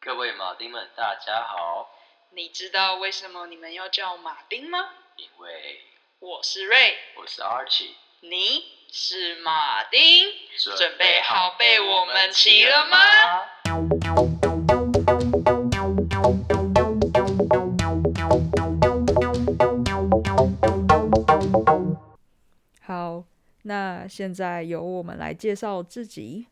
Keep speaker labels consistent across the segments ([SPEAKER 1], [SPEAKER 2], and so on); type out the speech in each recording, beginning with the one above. [SPEAKER 1] 各位马丁们，大家好，
[SPEAKER 2] 你知道为什么你们要叫马丁吗？
[SPEAKER 1] 因为
[SPEAKER 2] 我是瑞，
[SPEAKER 1] 我是 Archie，
[SPEAKER 2] 你是马丁，准备好被我们骑了吗？好，那现在由我们来介绍自己。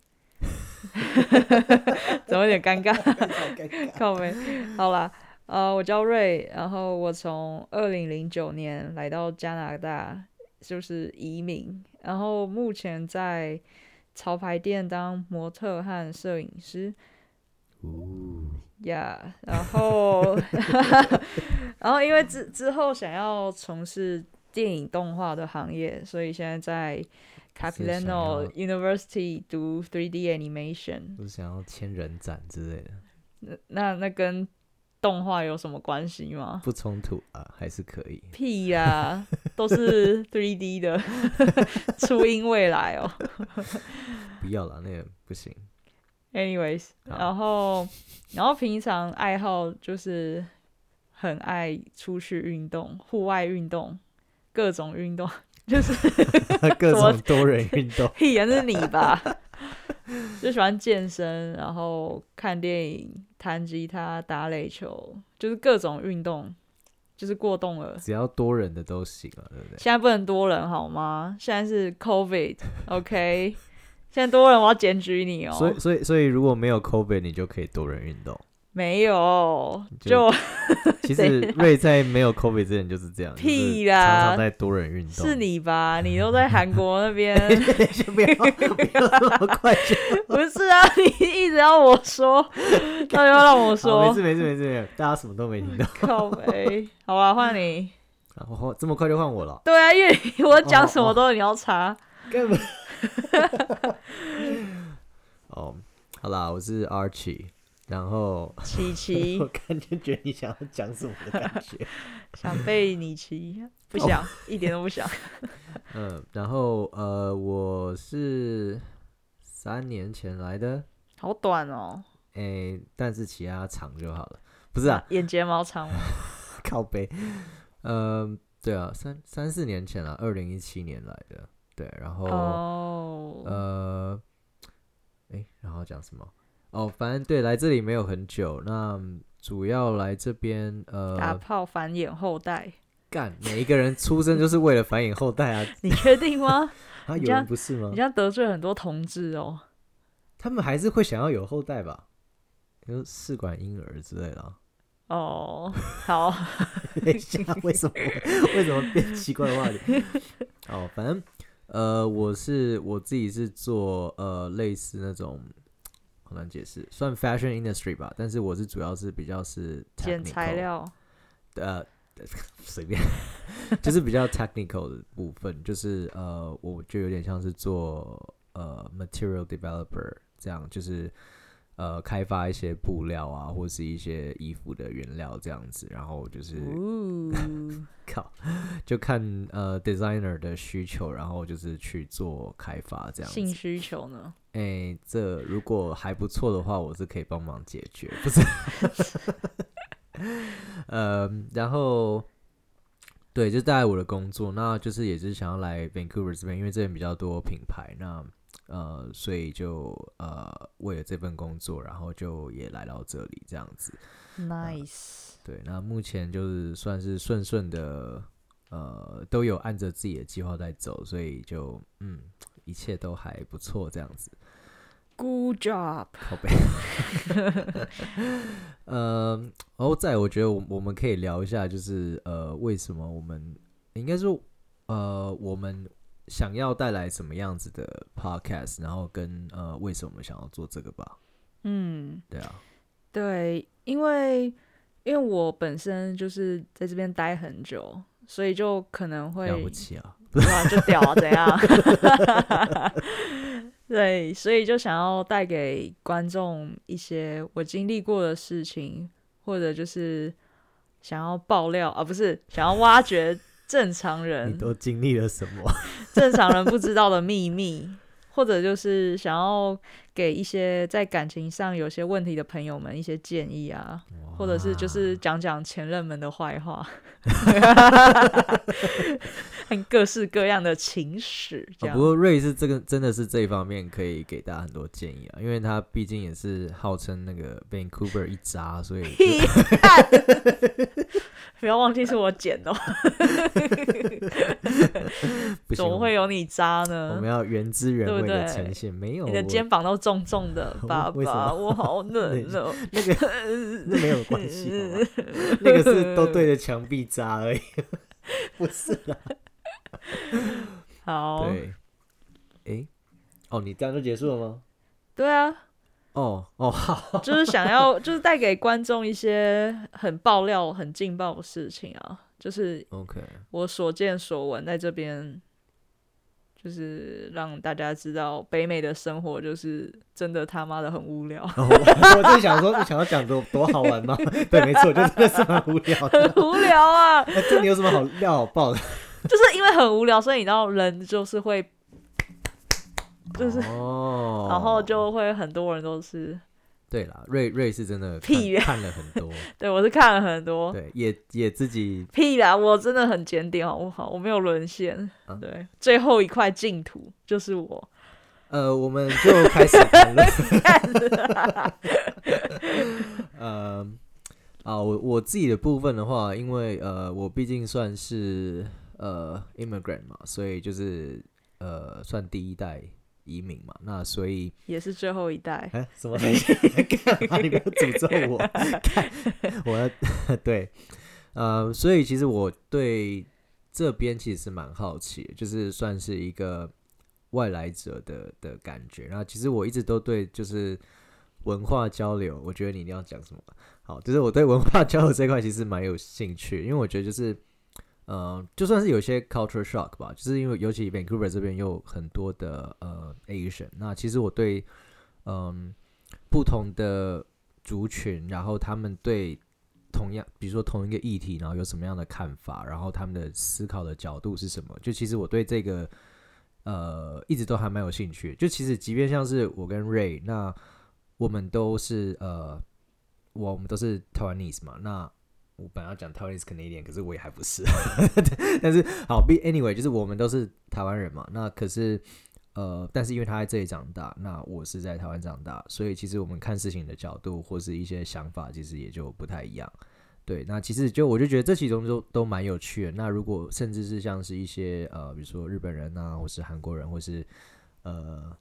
[SPEAKER 2] 怎么有点尴 尬？靠背。好啦，呃，我叫瑞，然后我从二零零九年来到加拿大，就是移民，然后目前在潮牌店当模特和摄影师。呀、yeah,，然后， 然后因为之之后想要从事电影动画的行业，所以现在在
[SPEAKER 3] 是想
[SPEAKER 2] Capilano
[SPEAKER 3] 要
[SPEAKER 2] University 读 3D animation。
[SPEAKER 3] 就是想要千人斩之类的，
[SPEAKER 2] 哦那那跟动画有什么关系吗？
[SPEAKER 3] 不冲突啊，还是可 以。
[SPEAKER 2] 屁呀、都 是3 D 的，初音未来哦。
[SPEAKER 3] 不要了，那个 不行。
[SPEAKER 2] Anyways，
[SPEAKER 3] 好
[SPEAKER 2] 然后然后平常爱好就是很爱出去运动，户外运动，各种运动， 就是
[SPEAKER 3] 各
[SPEAKER 2] 么，
[SPEAKER 3] 种多人运动
[SPEAKER 2] 屁呀，那是你吧？ 就喜欢健身，然后看电影、弹吉他、打垒球，就是各种运动，就是过动了。
[SPEAKER 3] 只要多人的都行了，对不对？
[SPEAKER 2] 现在不能多人好吗？现在是 COVID，OK？、现在多人我要检举你哦、
[SPEAKER 3] 所以，所以，所以如果没有 COVID，你就可以多人 运动。
[SPEAKER 2] 没有，
[SPEAKER 3] 就
[SPEAKER 2] 就
[SPEAKER 3] 其
[SPEAKER 2] 谁
[SPEAKER 3] 实瑞在没有 COVID 之前就是这样，就
[SPEAKER 2] 啊
[SPEAKER 3] 是
[SPEAKER 2] 屁啦
[SPEAKER 3] 常常在多人运动。
[SPEAKER 2] 是 你吧？你都在韩国那边，
[SPEAKER 3] 先不要，不要那么快就
[SPEAKER 2] 不是啊？ 你一直要我说，到底要让我
[SPEAKER 3] 好没
[SPEAKER 2] 说
[SPEAKER 3] 事，没事，没事，没事，大家什么都没 听到。
[SPEAKER 2] 靠背？好吧，换你。
[SPEAKER 3] 然后这么快就换我了，
[SPEAKER 2] 对啊，因为你我讲什么都你要查。
[SPEAKER 3] 根本。 哦，好啦，我是 Archie，然后
[SPEAKER 2] 琪 琪
[SPEAKER 3] 我感觉觉得你想要讲什么的感觉。
[SPEAKER 2] 想被你骑，不
[SPEAKER 3] 哦
[SPEAKER 2] 想，一点都不想。
[SPEAKER 3] 嗯，然后呃，我是三年前来的，
[SPEAKER 2] 好短哦，
[SPEAKER 3] 诶，但是其他长就好了。不是啊，
[SPEAKER 2] 眼睫毛长吗。
[SPEAKER 3] 靠背。嗯，对啊，三三四年前了，二零一七年来的。对，然后、
[SPEAKER 2] 哦，
[SPEAKER 3] 呃，诶，然后讲什么？哦，反正对，来这里没有很久，那主要来这边
[SPEAKER 2] 打
[SPEAKER 3] 呃，
[SPEAKER 2] 炮繁衍后代，
[SPEAKER 3] 干每一个人出生就是为了繁衍后 代啊，
[SPEAKER 2] 你确定 吗？
[SPEAKER 3] 啊，
[SPEAKER 2] 你
[SPEAKER 3] 有
[SPEAKER 2] 这样
[SPEAKER 3] 人不是吗
[SPEAKER 2] 你这？样得罪很多同志哦。
[SPEAKER 3] 他们还是会想要有后代吧？比如试管婴儿之类 的啊。
[SPEAKER 2] 哦，好，
[SPEAKER 3] 等一 下，为什么我为什么变奇怪的话题？哦，反正呃，我是我自己是做呃类似那种好难解释，算 fashion industry 吧，但是我是主要是比较是
[SPEAKER 2] 剪
[SPEAKER 3] technical
[SPEAKER 2] 材料，
[SPEAKER 3] 呃，随便， 就是比较 technical 的部分，就是呃，我就有点像是做呃 material developer 这样，就是呃开发一些布料啊，或是一些衣服的原料这样子，然后就是
[SPEAKER 4] 哦
[SPEAKER 2] 呜，
[SPEAKER 3] 靠，就看呃 designer 的需求，然后就是去做开发这样
[SPEAKER 2] 哦性
[SPEAKER 3] 子。
[SPEAKER 2] 需求呢？
[SPEAKER 3] 哎、这如果还不错的话，我是可以帮忙解决，不是？ 呃，然后对，就大概我的工作，那就是也是想要来 Vancouver 这边，因为这边比较多品牌，那呃，所以就呃为了这份工作，然后就也来到这里这样子。
[SPEAKER 2] Nice，
[SPEAKER 3] 对，那目前就是算是顺顺的，呃，都有按着自己的计划在走，所以就嗯，一切都还不错这样子。
[SPEAKER 2] good job。
[SPEAKER 3] 靠背， 呃，然后再我觉得我我们可以聊一下，就是呃，为什么我们应该说呃，我们想要带来什么样子的 podcast，然后跟呃，为什么我们想要做这个吧？
[SPEAKER 2] 嗯，
[SPEAKER 3] 对啊，
[SPEAKER 2] 对，因为因为我本身就是在这边待很久，所以就可能会
[SPEAKER 3] 了不起啊，
[SPEAKER 2] 哇，就屌啊，怎样？ 对，所以就想要带给观众一些我经历过的事情，或者就是想要爆料啊，不是想要挖掘正常
[SPEAKER 3] 你
[SPEAKER 2] 人
[SPEAKER 4] 嗯
[SPEAKER 3] 都经 历了什么？哦
[SPEAKER 2] 正常人不知道的秘密，或者就是想要
[SPEAKER 4] 给一些在感情上有些问题的朋友们一些建议啊，或者是就是讲讲前任们的 坏话，和各式各样的情史这
[SPEAKER 3] 啊
[SPEAKER 4] 样。
[SPEAKER 3] 不过瑞是这个真的是这一方面可以给大家很多建议啊，因为他毕竟也是号称那个 Vancouver 一渣，所以就
[SPEAKER 4] 屁蛋 不要忘记是我剪的哦，
[SPEAKER 3] 不行
[SPEAKER 4] 怎么会有你渣呢？
[SPEAKER 3] 我们要原汁原
[SPEAKER 4] 对不
[SPEAKER 3] 味的
[SPEAKER 4] 对
[SPEAKER 3] 呈现，没有
[SPEAKER 4] 你的
[SPEAKER 3] 我
[SPEAKER 4] 肩膀都重重的，爸
[SPEAKER 3] 为什
[SPEAKER 4] 爸，
[SPEAKER 3] 么
[SPEAKER 4] 我好冷哦。
[SPEAKER 3] 那个那没有关系，好 吗那个是都对着墙壁扎而已， 不是啦。
[SPEAKER 4] 好，
[SPEAKER 3] 对，诶，哦，你这样就结束了吗？
[SPEAKER 4] 对啊，
[SPEAKER 3] 哦哦，好，
[SPEAKER 4] 就是想要，就是带给观众一些很爆料、很劲爆的事情啊，就是
[SPEAKER 3] OK，
[SPEAKER 4] 我所见所闻，在这边就是让大家知道，北美的生活就是真的他妈的很无聊，
[SPEAKER 3] 哦 我我在想说，你想要讲多多好 玩吗？对，没错，就真的是蛮无聊的。
[SPEAKER 4] 很无聊啊！
[SPEAKER 3] 哎这里有什么好料好爆的？
[SPEAKER 4] 就是因为很无聊，所以你知道人就是会，就是
[SPEAKER 3] 哦，
[SPEAKER 4] 然后就会很多人都是，
[SPEAKER 3] 对啦，瑞瑞是真的看
[SPEAKER 4] 屁呀
[SPEAKER 3] 看了很多，
[SPEAKER 4] 对我是看了很多，
[SPEAKER 3] 对，也也自己
[SPEAKER 4] 屁啦，我真的很检点，好不好？我没有沦陷。
[SPEAKER 3] 啊
[SPEAKER 4] 对，最后一块净土就是我。
[SPEAKER 3] 呃，我们就开始谈论。 呃，啊，我我自己的部分的话，因为呃，我毕竟算是呃 immigrant 嘛，所以就是呃算第一代移民嘛，那所以
[SPEAKER 4] 也是最后一代，
[SPEAKER 3] 哎、什么？ 干嘛？你不要诅咒我！看我 要对，呃，所以其实我对这边其实是蛮好奇的，就是算是一个外来者的的感觉。然后其实我一直都对就是文化交流，我觉得你一定要讲什么好，就是我对文化交流这一块其实蛮有兴趣，因为我觉得就是。呃，就算是有些 culture shock 吧，就是因为尤其 Vancouver 这边有很多的呃 Asian，那其实我对嗯不同的族群，然后他们对同样，比如说同一个议题，然后有什么样的看法，然后他们的思考的角度是什么？就其实我对这个呃一直都还蛮有兴趣。就其实即便像是我跟 Ray，那我们都是呃我我们都是 Taiwanese 嘛，那。我本来要讲 Taiwanese Canadian，可是我也还不是。 但是好，be anyway，就是我们都是台湾人嘛。那可是呃，但是因为他在这里长大，那我是在台湾长大，所以其实我们看事情的角度或是一些想法，其实也就不太一样。对，那其实就我就觉得这其中都都蛮有趣的。那如果甚至是像是一些呃，比如说日本人啊，或是韩国人，或是呃，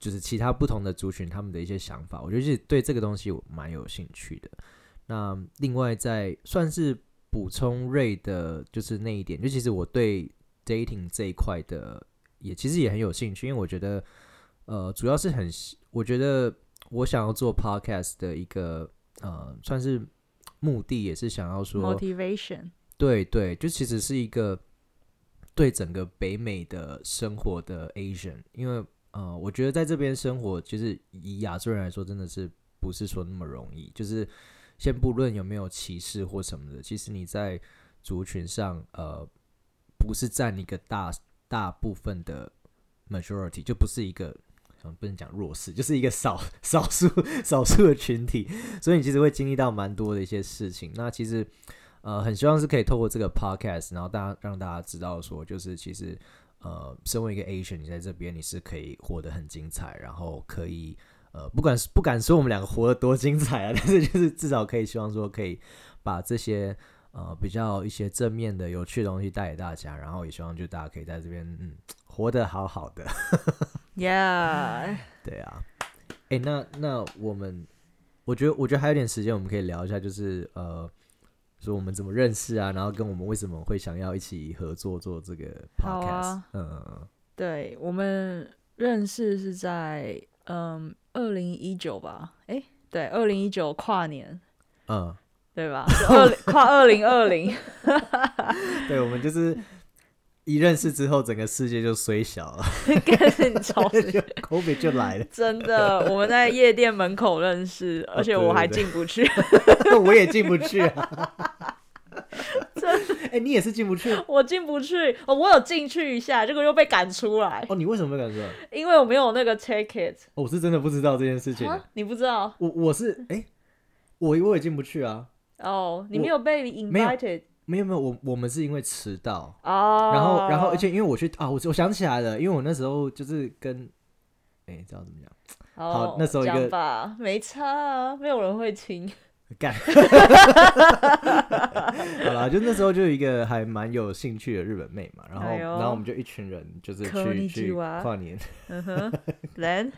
[SPEAKER 3] 就是其他不同的族群他们的一些想法，我觉得是对这个东西我蛮有兴趣的。那另外在算是补充瑞的，就是那一点，就其实我对 dating 这一块的也其实也很有兴趣，因为我觉得，呃，主要是很喜，我觉得我想要做 podcast 的一个呃，算是目的，也是想要说
[SPEAKER 4] motivation，
[SPEAKER 3] 对对，就其实是一个对整个北美的生活的 Asian，因为呃，我觉得在这边生活，其实以亚洲人来说，真的是不是说那么容易。就是先不论有没有歧视或什么的，其实你在族群上，呃，不是占一个大大部分的 majority，就不是一个。嗯，不能讲弱势，就是一个少少数少数的群体，所以你其实会经历到蛮多的一些事情。那其实呃，很希望是可以透过这个 podcast，然后大家让大家知道说，就是其实呃，身为一个 Asian，你在这边你是可以活得很精彩，然后可以呃，不管不敢说我们两个活得多精彩啊， 但是就是至少可以希望说可以把这些呃比较一些正面的、有趣的东西带给大家，然后也希望就大家可以在这边嗯活得好好的，
[SPEAKER 4] yeah，
[SPEAKER 3] 对啊，哎、那那我们，我觉得我觉得还有点时间，我们可以聊一下，就是呃，说我们怎么认识啊，然后跟我们为什么会想要一起合作做这个
[SPEAKER 4] 好
[SPEAKER 3] podcast，、
[SPEAKER 4] 啊
[SPEAKER 3] 嗯嗯，嗯
[SPEAKER 4] 对我们认识是在嗯二零一九吧，诶，对，二零一九跨年。
[SPEAKER 3] 嗯
[SPEAKER 4] 对吧？ 是二跨二零二零，
[SPEAKER 3] 嗯，对，我们就是一认识之后，整个世界就衰小了
[SPEAKER 4] 跟你超
[SPEAKER 3] 就，COVID 就来了，
[SPEAKER 4] 真的，我们在夜店门口认识，而且
[SPEAKER 3] 啊对对
[SPEAKER 4] 我还
[SPEAKER 3] 对
[SPEAKER 4] 进不去，
[SPEAKER 3] 我也进不去啊，
[SPEAKER 4] 真
[SPEAKER 3] 哎，你也是进不去
[SPEAKER 4] 我进不去，哦，我有进去一下，结果又被赶出来，
[SPEAKER 3] 哦？你为什么没敢说？
[SPEAKER 4] 因为我没有那个 ticket。
[SPEAKER 3] 哦我是真的不知道这件事情。
[SPEAKER 4] 啊，你不知道
[SPEAKER 3] 我我是哎，我我也进不去啊。
[SPEAKER 4] 哦，你
[SPEAKER 3] 我
[SPEAKER 4] 没有被
[SPEAKER 3] 没有
[SPEAKER 4] invited
[SPEAKER 3] 没有没有，我我们是因为迟到，
[SPEAKER 4] 哦。
[SPEAKER 3] 然后然后而且因为我去啊，我我想起来了，因为我那时候就是跟，哎，知道怎么讲？好
[SPEAKER 4] 哦
[SPEAKER 3] 那时候一个
[SPEAKER 4] 讲吧，没差啊，没有人 会听。
[SPEAKER 3] 干，好啦，就那时候就有一个还蛮有兴趣的日本妹嘛，然后、
[SPEAKER 4] 哎呦
[SPEAKER 3] 然后我们就一群人就是
[SPEAKER 4] こん
[SPEAKER 3] 去
[SPEAKER 4] に
[SPEAKER 3] 去
[SPEAKER 4] ちは
[SPEAKER 3] 跨年，
[SPEAKER 4] 嗯哼，then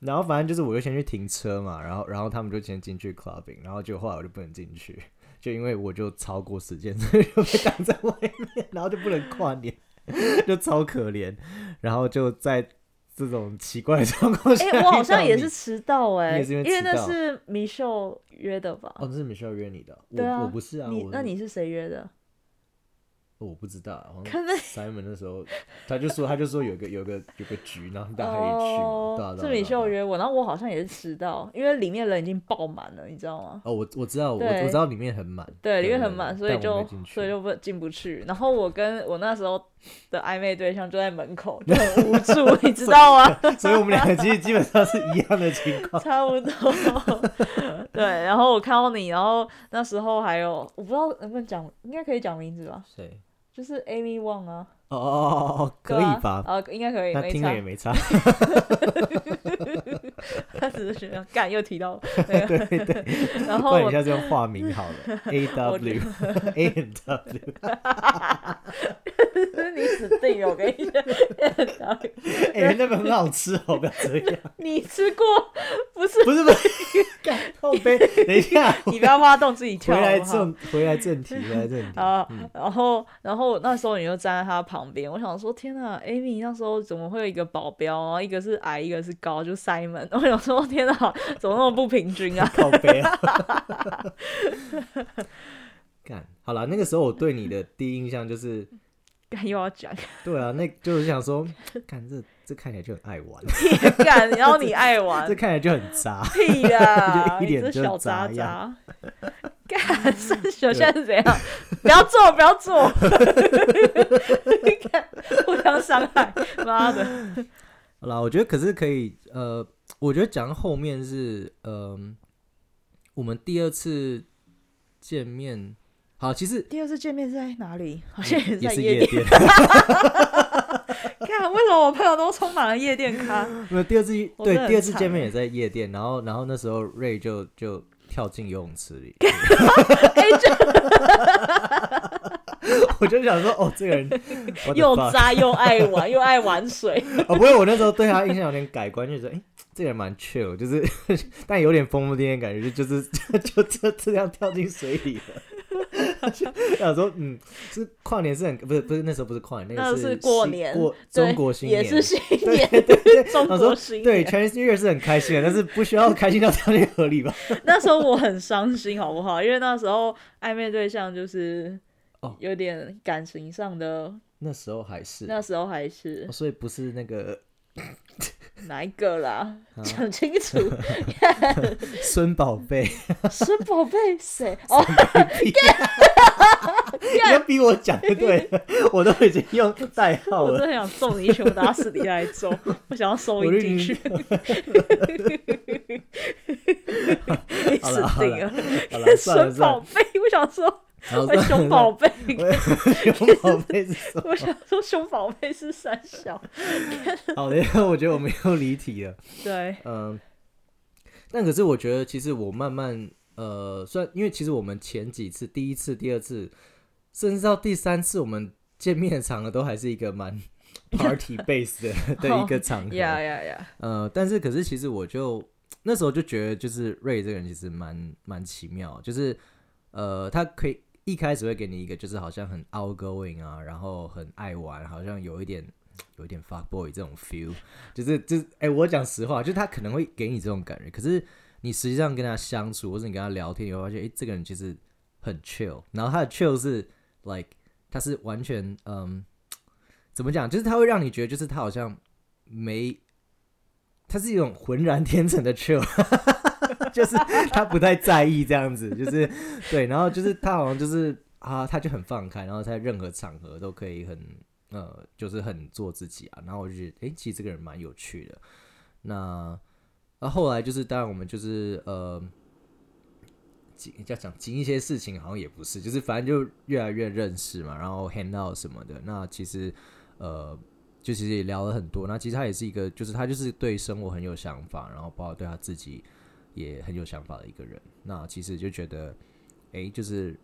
[SPEAKER 3] 然后反正就是我就先去停车嘛，然后然后他们就先进去 clubbing，然后就后来我就不能进去， 就因为我就超过时间，所以就被挡在外面， 然后就不能跨年， 就超可怜，然后就在这种奇怪的状况下
[SPEAKER 4] 哎、
[SPEAKER 3] 遇到你，
[SPEAKER 4] 我好像也是迟到哎、
[SPEAKER 3] 你也是因为
[SPEAKER 4] 因为
[SPEAKER 3] 迟
[SPEAKER 4] 那
[SPEAKER 3] 到
[SPEAKER 4] 是米秀约的吧？
[SPEAKER 3] 哦，那是 Michelle 约你的，我、
[SPEAKER 4] 对啊
[SPEAKER 3] 我不是啊，
[SPEAKER 4] 你
[SPEAKER 3] 我
[SPEAKER 4] 那你是谁约的？
[SPEAKER 3] 我不知道，好像
[SPEAKER 4] 可能
[SPEAKER 3] Simon 那时候，他就说他就说有个有个有个局，然 后大家一起去嘛，对啊
[SPEAKER 4] 哦，
[SPEAKER 3] 对啊
[SPEAKER 4] 是
[SPEAKER 3] 对
[SPEAKER 4] 米
[SPEAKER 3] 啊
[SPEAKER 4] 秀
[SPEAKER 3] 对啊
[SPEAKER 4] 约我，然后我好像也是迟到，因为里面人已经爆满了，你知道吗？
[SPEAKER 3] 哦，我我知道，我
[SPEAKER 4] 对
[SPEAKER 3] 我知道里面很满，
[SPEAKER 4] 对，里面很满，所以
[SPEAKER 3] 但我
[SPEAKER 4] 就
[SPEAKER 3] 没进去
[SPEAKER 4] 所以就不进不去。然后我跟我那时候的暧昧对象就在门口，就很无助， 你知道吗？
[SPEAKER 3] 所以我们俩其实基本上是一样的情况。
[SPEAKER 4] 差不多。对，然后我看到你，然后那时候还有我不知道能不能讲，应该可以讲名字吧？
[SPEAKER 3] 谁？
[SPEAKER 4] 就是 Amy Wang 啊，
[SPEAKER 3] 哦哦哦哦，可
[SPEAKER 4] 对啊
[SPEAKER 3] 以吧？
[SPEAKER 4] 啊，应该可以，
[SPEAKER 3] 那
[SPEAKER 4] 没
[SPEAKER 3] 听
[SPEAKER 4] 差
[SPEAKER 3] 了也没差，
[SPEAKER 4] 他只是 学长，干又提到我，对对对。 然后
[SPEAKER 3] 不然你
[SPEAKER 4] 我
[SPEAKER 3] 下次用化名好了，A
[SPEAKER 4] 我
[SPEAKER 3] W
[SPEAKER 4] 觉
[SPEAKER 3] A N W
[SPEAKER 4] 你死定了，我跟你讲，
[SPEAKER 3] 哎，那个很好吃哦，不要这样，
[SPEAKER 4] 你吃过不是？
[SPEAKER 3] 不是不是，干靠背，等一下，
[SPEAKER 4] 你不要挖洞自己跳
[SPEAKER 3] 回来
[SPEAKER 4] 好不好？
[SPEAKER 3] 正回来正题，回来正题，
[SPEAKER 4] 啊，然后，然后那时候你就站在他旁边，我想说，天呐 a m y 那时候怎么会有一个保镖啊？一个是矮，一个是高，就 Simon。我想说，天呐，怎么那么不平均啊？
[SPEAKER 3] 靠背啊！干，好了，那个时候我对你的第一印象就是，
[SPEAKER 4] 干又要讲，
[SPEAKER 3] 对啊，那就是想说，干这这看起来就很爱 玩，
[SPEAKER 4] 干，然后你爱玩
[SPEAKER 3] 这，看起来就很渣。！
[SPEAKER 4] 屁啦
[SPEAKER 3] 就一
[SPEAKER 4] 你
[SPEAKER 3] 脸
[SPEAKER 4] 这
[SPEAKER 3] 就
[SPEAKER 4] 小
[SPEAKER 3] 渣
[SPEAKER 4] 渣
[SPEAKER 3] 一
[SPEAKER 4] 渣， 干三小现在是怎样？ 不要做，不要做！看互相伤害，妈 的！
[SPEAKER 3] 好啦，我觉得可是可以，呃，我觉得讲到后面是，嗯、我们第二次见面，好，其实
[SPEAKER 4] 第二次见面是在哪里？好像也是
[SPEAKER 3] 嗯也
[SPEAKER 4] 在
[SPEAKER 3] 是
[SPEAKER 4] 夜
[SPEAKER 3] 夜店。
[SPEAKER 4] 店。看，为什么我朋友都充满了夜店咖？
[SPEAKER 3] 没有第二次
[SPEAKER 4] 我真的
[SPEAKER 3] 对
[SPEAKER 4] 很
[SPEAKER 3] 第二次
[SPEAKER 4] 惨欸
[SPEAKER 3] 见面也在夜店，然后然后那时候瑞就就跳进游泳池里，
[SPEAKER 4] 哎，这
[SPEAKER 3] 我就想说哦，这个 人 what the
[SPEAKER 4] 又
[SPEAKER 3] fuck
[SPEAKER 4] 渣又爱 玩，又爱玩水。
[SPEAKER 3] 哦，不过我那时候对他印象有点改观，就觉得哎、这个人蛮 chill，就是 但有点疯疯癫癫的感觉，就就是 就就这样跳进水里了。 就想说，嗯，是跨年是很不是不是那时候不是跨年，
[SPEAKER 4] 那
[SPEAKER 3] 个
[SPEAKER 4] 是
[SPEAKER 3] 是
[SPEAKER 4] 过
[SPEAKER 3] 新
[SPEAKER 4] 年
[SPEAKER 3] 过
[SPEAKER 4] 对
[SPEAKER 3] 中国新
[SPEAKER 4] 也
[SPEAKER 3] 年
[SPEAKER 4] 是 新年，中
[SPEAKER 3] 他
[SPEAKER 4] 国
[SPEAKER 3] 说
[SPEAKER 4] 新
[SPEAKER 3] 对
[SPEAKER 4] 年。
[SPEAKER 3] Chinese New Year 是很开心的，但是不需要开心到跳进河里吧？
[SPEAKER 4] 那时候我很伤心，好不好？因为那时候暧昧对象就是
[SPEAKER 3] 哦
[SPEAKER 4] 有点感情上的，
[SPEAKER 3] 那时候还是，
[SPEAKER 4] 那时候还是
[SPEAKER 3] 哦所以不是那个
[SPEAKER 4] 哪一个啦？
[SPEAKER 3] 啊
[SPEAKER 4] 讲清 楚，
[SPEAKER 3] 孙宝 贝，
[SPEAKER 4] 是宝贝谁？哦，
[SPEAKER 3] 你要逼我讲就对了，我都已经用代号
[SPEAKER 4] 我
[SPEAKER 3] 了
[SPEAKER 4] 真。的想揍你一拳，我打死你来 揍，我想要收
[SPEAKER 3] 我
[SPEAKER 4] 你
[SPEAKER 3] 就已
[SPEAKER 4] 进
[SPEAKER 3] 经
[SPEAKER 4] 去。 你
[SPEAKER 3] 好
[SPEAKER 4] 死
[SPEAKER 3] 了好
[SPEAKER 4] 定
[SPEAKER 3] 了
[SPEAKER 4] 了！
[SPEAKER 3] 好 了，算了
[SPEAKER 4] 孙
[SPEAKER 3] 算
[SPEAKER 4] 宝
[SPEAKER 3] 了，
[SPEAKER 4] 贝，我想说，
[SPEAKER 3] 然后
[SPEAKER 4] 哎
[SPEAKER 3] 算
[SPEAKER 4] 熊
[SPEAKER 3] 了
[SPEAKER 4] 宝贝，
[SPEAKER 3] 熊宝贝是什么？
[SPEAKER 4] 我想说熊宝贝是三小，
[SPEAKER 3] 好的，我觉得我们又离题了。
[SPEAKER 4] 对，
[SPEAKER 3] 嗯，但可是我觉得，其实我慢慢呃，虽然因为其实我们前几次，第一次、第二次，甚至到第三次，我们见面的场合都还是一个蛮 party base 的的一个场合。
[SPEAKER 4] 呀呀呀，
[SPEAKER 3] 呃，但是可是其实我就那时候就觉得，就是瑞这个人其实蛮蛮奇妙，就是呃，他可以一开始会给你一个就是好像很 outgoing 啊，然后很爱玩，好像有一点有一点 fuck boy 这种 feel，就是 就是哎、我讲实话，就是他可能会给你这种感觉，可是你实际上跟他相处，或者你跟他聊天，你会发现，哎、这个人其实很 chill，然后他的 chill 是 like 他是完全嗯。怎么讲？就是他会让你觉得，就是他好像没他是一种浑然天成的 chill，就是他不太在意这样子，就是对，然后就是他好像就是啊，他就很放开，然后在任何场合都可以很呃，就是很做自己啊。然后我就觉得，诶、其实这个人蛮有趣的。那那、后来就是，当然我们就是呃，经要讲经一些事情，好像也不是，就是反正就越来越认识嘛，然后 hang out 什么的。那其实呃，就其实也聊了很多。那其实他也是一个，就是他就是对生活很有想法，然后包括对他自己也很有想法的一个人。那其实就觉得，诶、就是，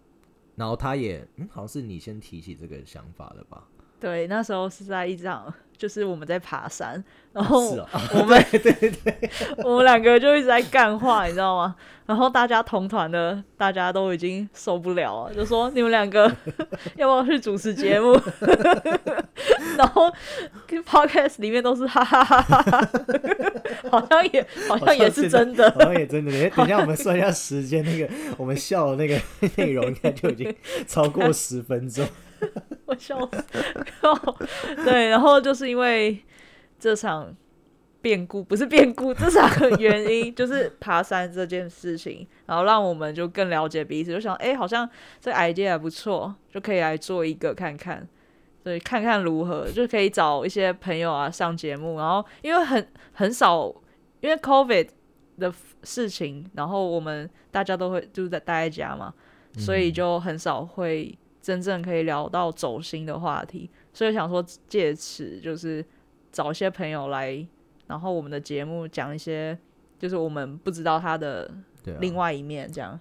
[SPEAKER 3] 然后他也，嗯，好像是你先提起这个想法的吧？
[SPEAKER 4] 对，那时候是在一张，就是我们在爬山，然
[SPEAKER 3] 啊
[SPEAKER 4] 后
[SPEAKER 3] 是哦，
[SPEAKER 4] 我们 对对对，我们两个就一直在干话，你知道吗？然后大家同团的，大家都已经受不了了，就说你们两个 要不要去主持节目？ 然后跟 podcast 里面都是哈哈哈哈哈哈， 好像也好像也是真的，
[SPEAKER 3] 好像也真的。等一下等一下，我们算一下时间，那个我们笑的那个内容应该就已经超过十分钟。
[SPEAKER 4] 我笑死。然后对，然后就是因为这场变故，不是变故，这场原因就是爬山这件事情，然后让我们就更了解彼此，就想，哎、好像这 idea 还不错，就可以来做一个看看。对，看看如何，就可以找一些朋友啊上节目，然后因为很很少，因为 COVID 的事情，然后我们大家都会就是在待在家嘛，所以
[SPEAKER 3] 嗯
[SPEAKER 4] 就很少会真正可以聊到走心的话题，所以想说借此就是找一些朋友来，然后我们的节目讲一些就是我们不知道他的
[SPEAKER 3] 对、啊，
[SPEAKER 4] 另外一面，这样、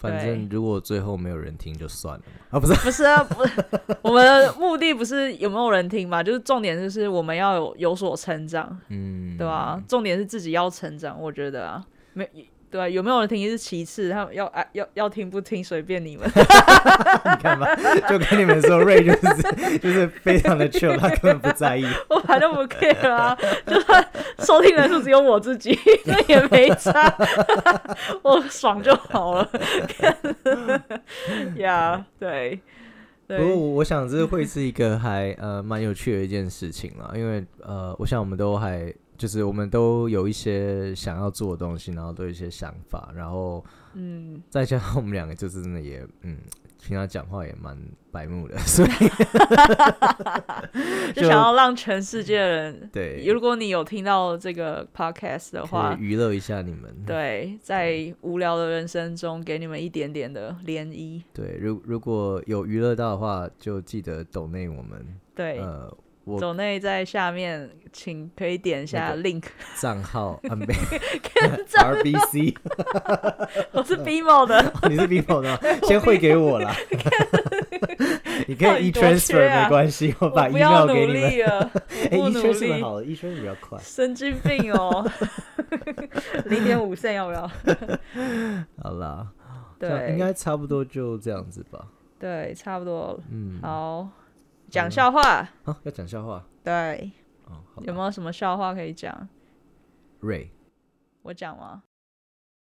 [SPEAKER 3] 反
[SPEAKER 4] 对
[SPEAKER 3] 正如果最后没有人听就算了嘛啊，不是
[SPEAKER 4] 不是啊，不， 我们的目的不是有没有人听嘛，就是重点就是我们要有有所成长，
[SPEAKER 3] 嗯，
[SPEAKER 4] 对吧、啊重点是自己要成长，我觉得啊，没对啊，有没有人听是其次，他们要哎要要听不听随便你们。
[SPEAKER 3] 你看吧， 就跟你们说，瑞就是就是 非常的 chill，他根本不在意。
[SPEAKER 4] 我反正不 care 啊，就算收听人数只有我自己， 那也没差， 我爽就好了。 呀、yeah,，对，
[SPEAKER 3] 不过
[SPEAKER 4] 对，
[SPEAKER 3] 我我想这会是一个还呃蛮有趣的一件事情啦，因为呃，我想我们都还就是我们都有一些想要做的东西，然后都有一些想法，然后
[SPEAKER 4] 嗯，
[SPEAKER 3] 再加上我们两个就是真的也嗯，平常讲话也蛮白目 的，所以
[SPEAKER 4] 就
[SPEAKER 3] 就
[SPEAKER 4] 想要让全世界的人，
[SPEAKER 3] 对
[SPEAKER 4] 如果你有听到这个 podcast 的
[SPEAKER 3] 可
[SPEAKER 4] 话
[SPEAKER 3] 以，娱乐一下你们。
[SPEAKER 4] 对，在无聊的人生中给你们一点点的涟漪，
[SPEAKER 3] 对，如如果有娱乐到的话，就记得抖内我们
[SPEAKER 4] 对。
[SPEAKER 3] 呃我
[SPEAKER 4] 总内在下面，请可以点一下
[SPEAKER 3] 那
[SPEAKER 4] link，、
[SPEAKER 3] 账 号啊没
[SPEAKER 4] 跟着
[SPEAKER 3] RBC，
[SPEAKER 4] 我是 BMO 的，
[SPEAKER 3] 哦你是 BMO 的吗？先汇给我啦。 你可以 e
[SPEAKER 4] 到底多
[SPEAKER 3] transfer、
[SPEAKER 4] 缺啊
[SPEAKER 3] 没关系， 我
[SPEAKER 4] 我
[SPEAKER 3] 把
[SPEAKER 4] 不
[SPEAKER 3] email
[SPEAKER 4] 要努
[SPEAKER 3] 给你们。
[SPEAKER 4] 力了，我
[SPEAKER 3] 哎、
[SPEAKER 4] 不
[SPEAKER 3] e
[SPEAKER 4] 努
[SPEAKER 3] transfer 蛮
[SPEAKER 4] 力，
[SPEAKER 3] 好的，e transfer 比较快。
[SPEAKER 4] 神经病哦，零点五线要不要？
[SPEAKER 3] 好啦，这样应
[SPEAKER 4] 对
[SPEAKER 3] 该差不多就这样子吧。
[SPEAKER 4] 对，差不多了。
[SPEAKER 3] 嗯，
[SPEAKER 4] 好，讲笑话，
[SPEAKER 3] 好，要讲笑话
[SPEAKER 4] 对，
[SPEAKER 3] 哦。好
[SPEAKER 4] 有
[SPEAKER 3] 吧
[SPEAKER 4] 没有什么笑话可以讲？
[SPEAKER 3] Ray，
[SPEAKER 4] 我讲吗？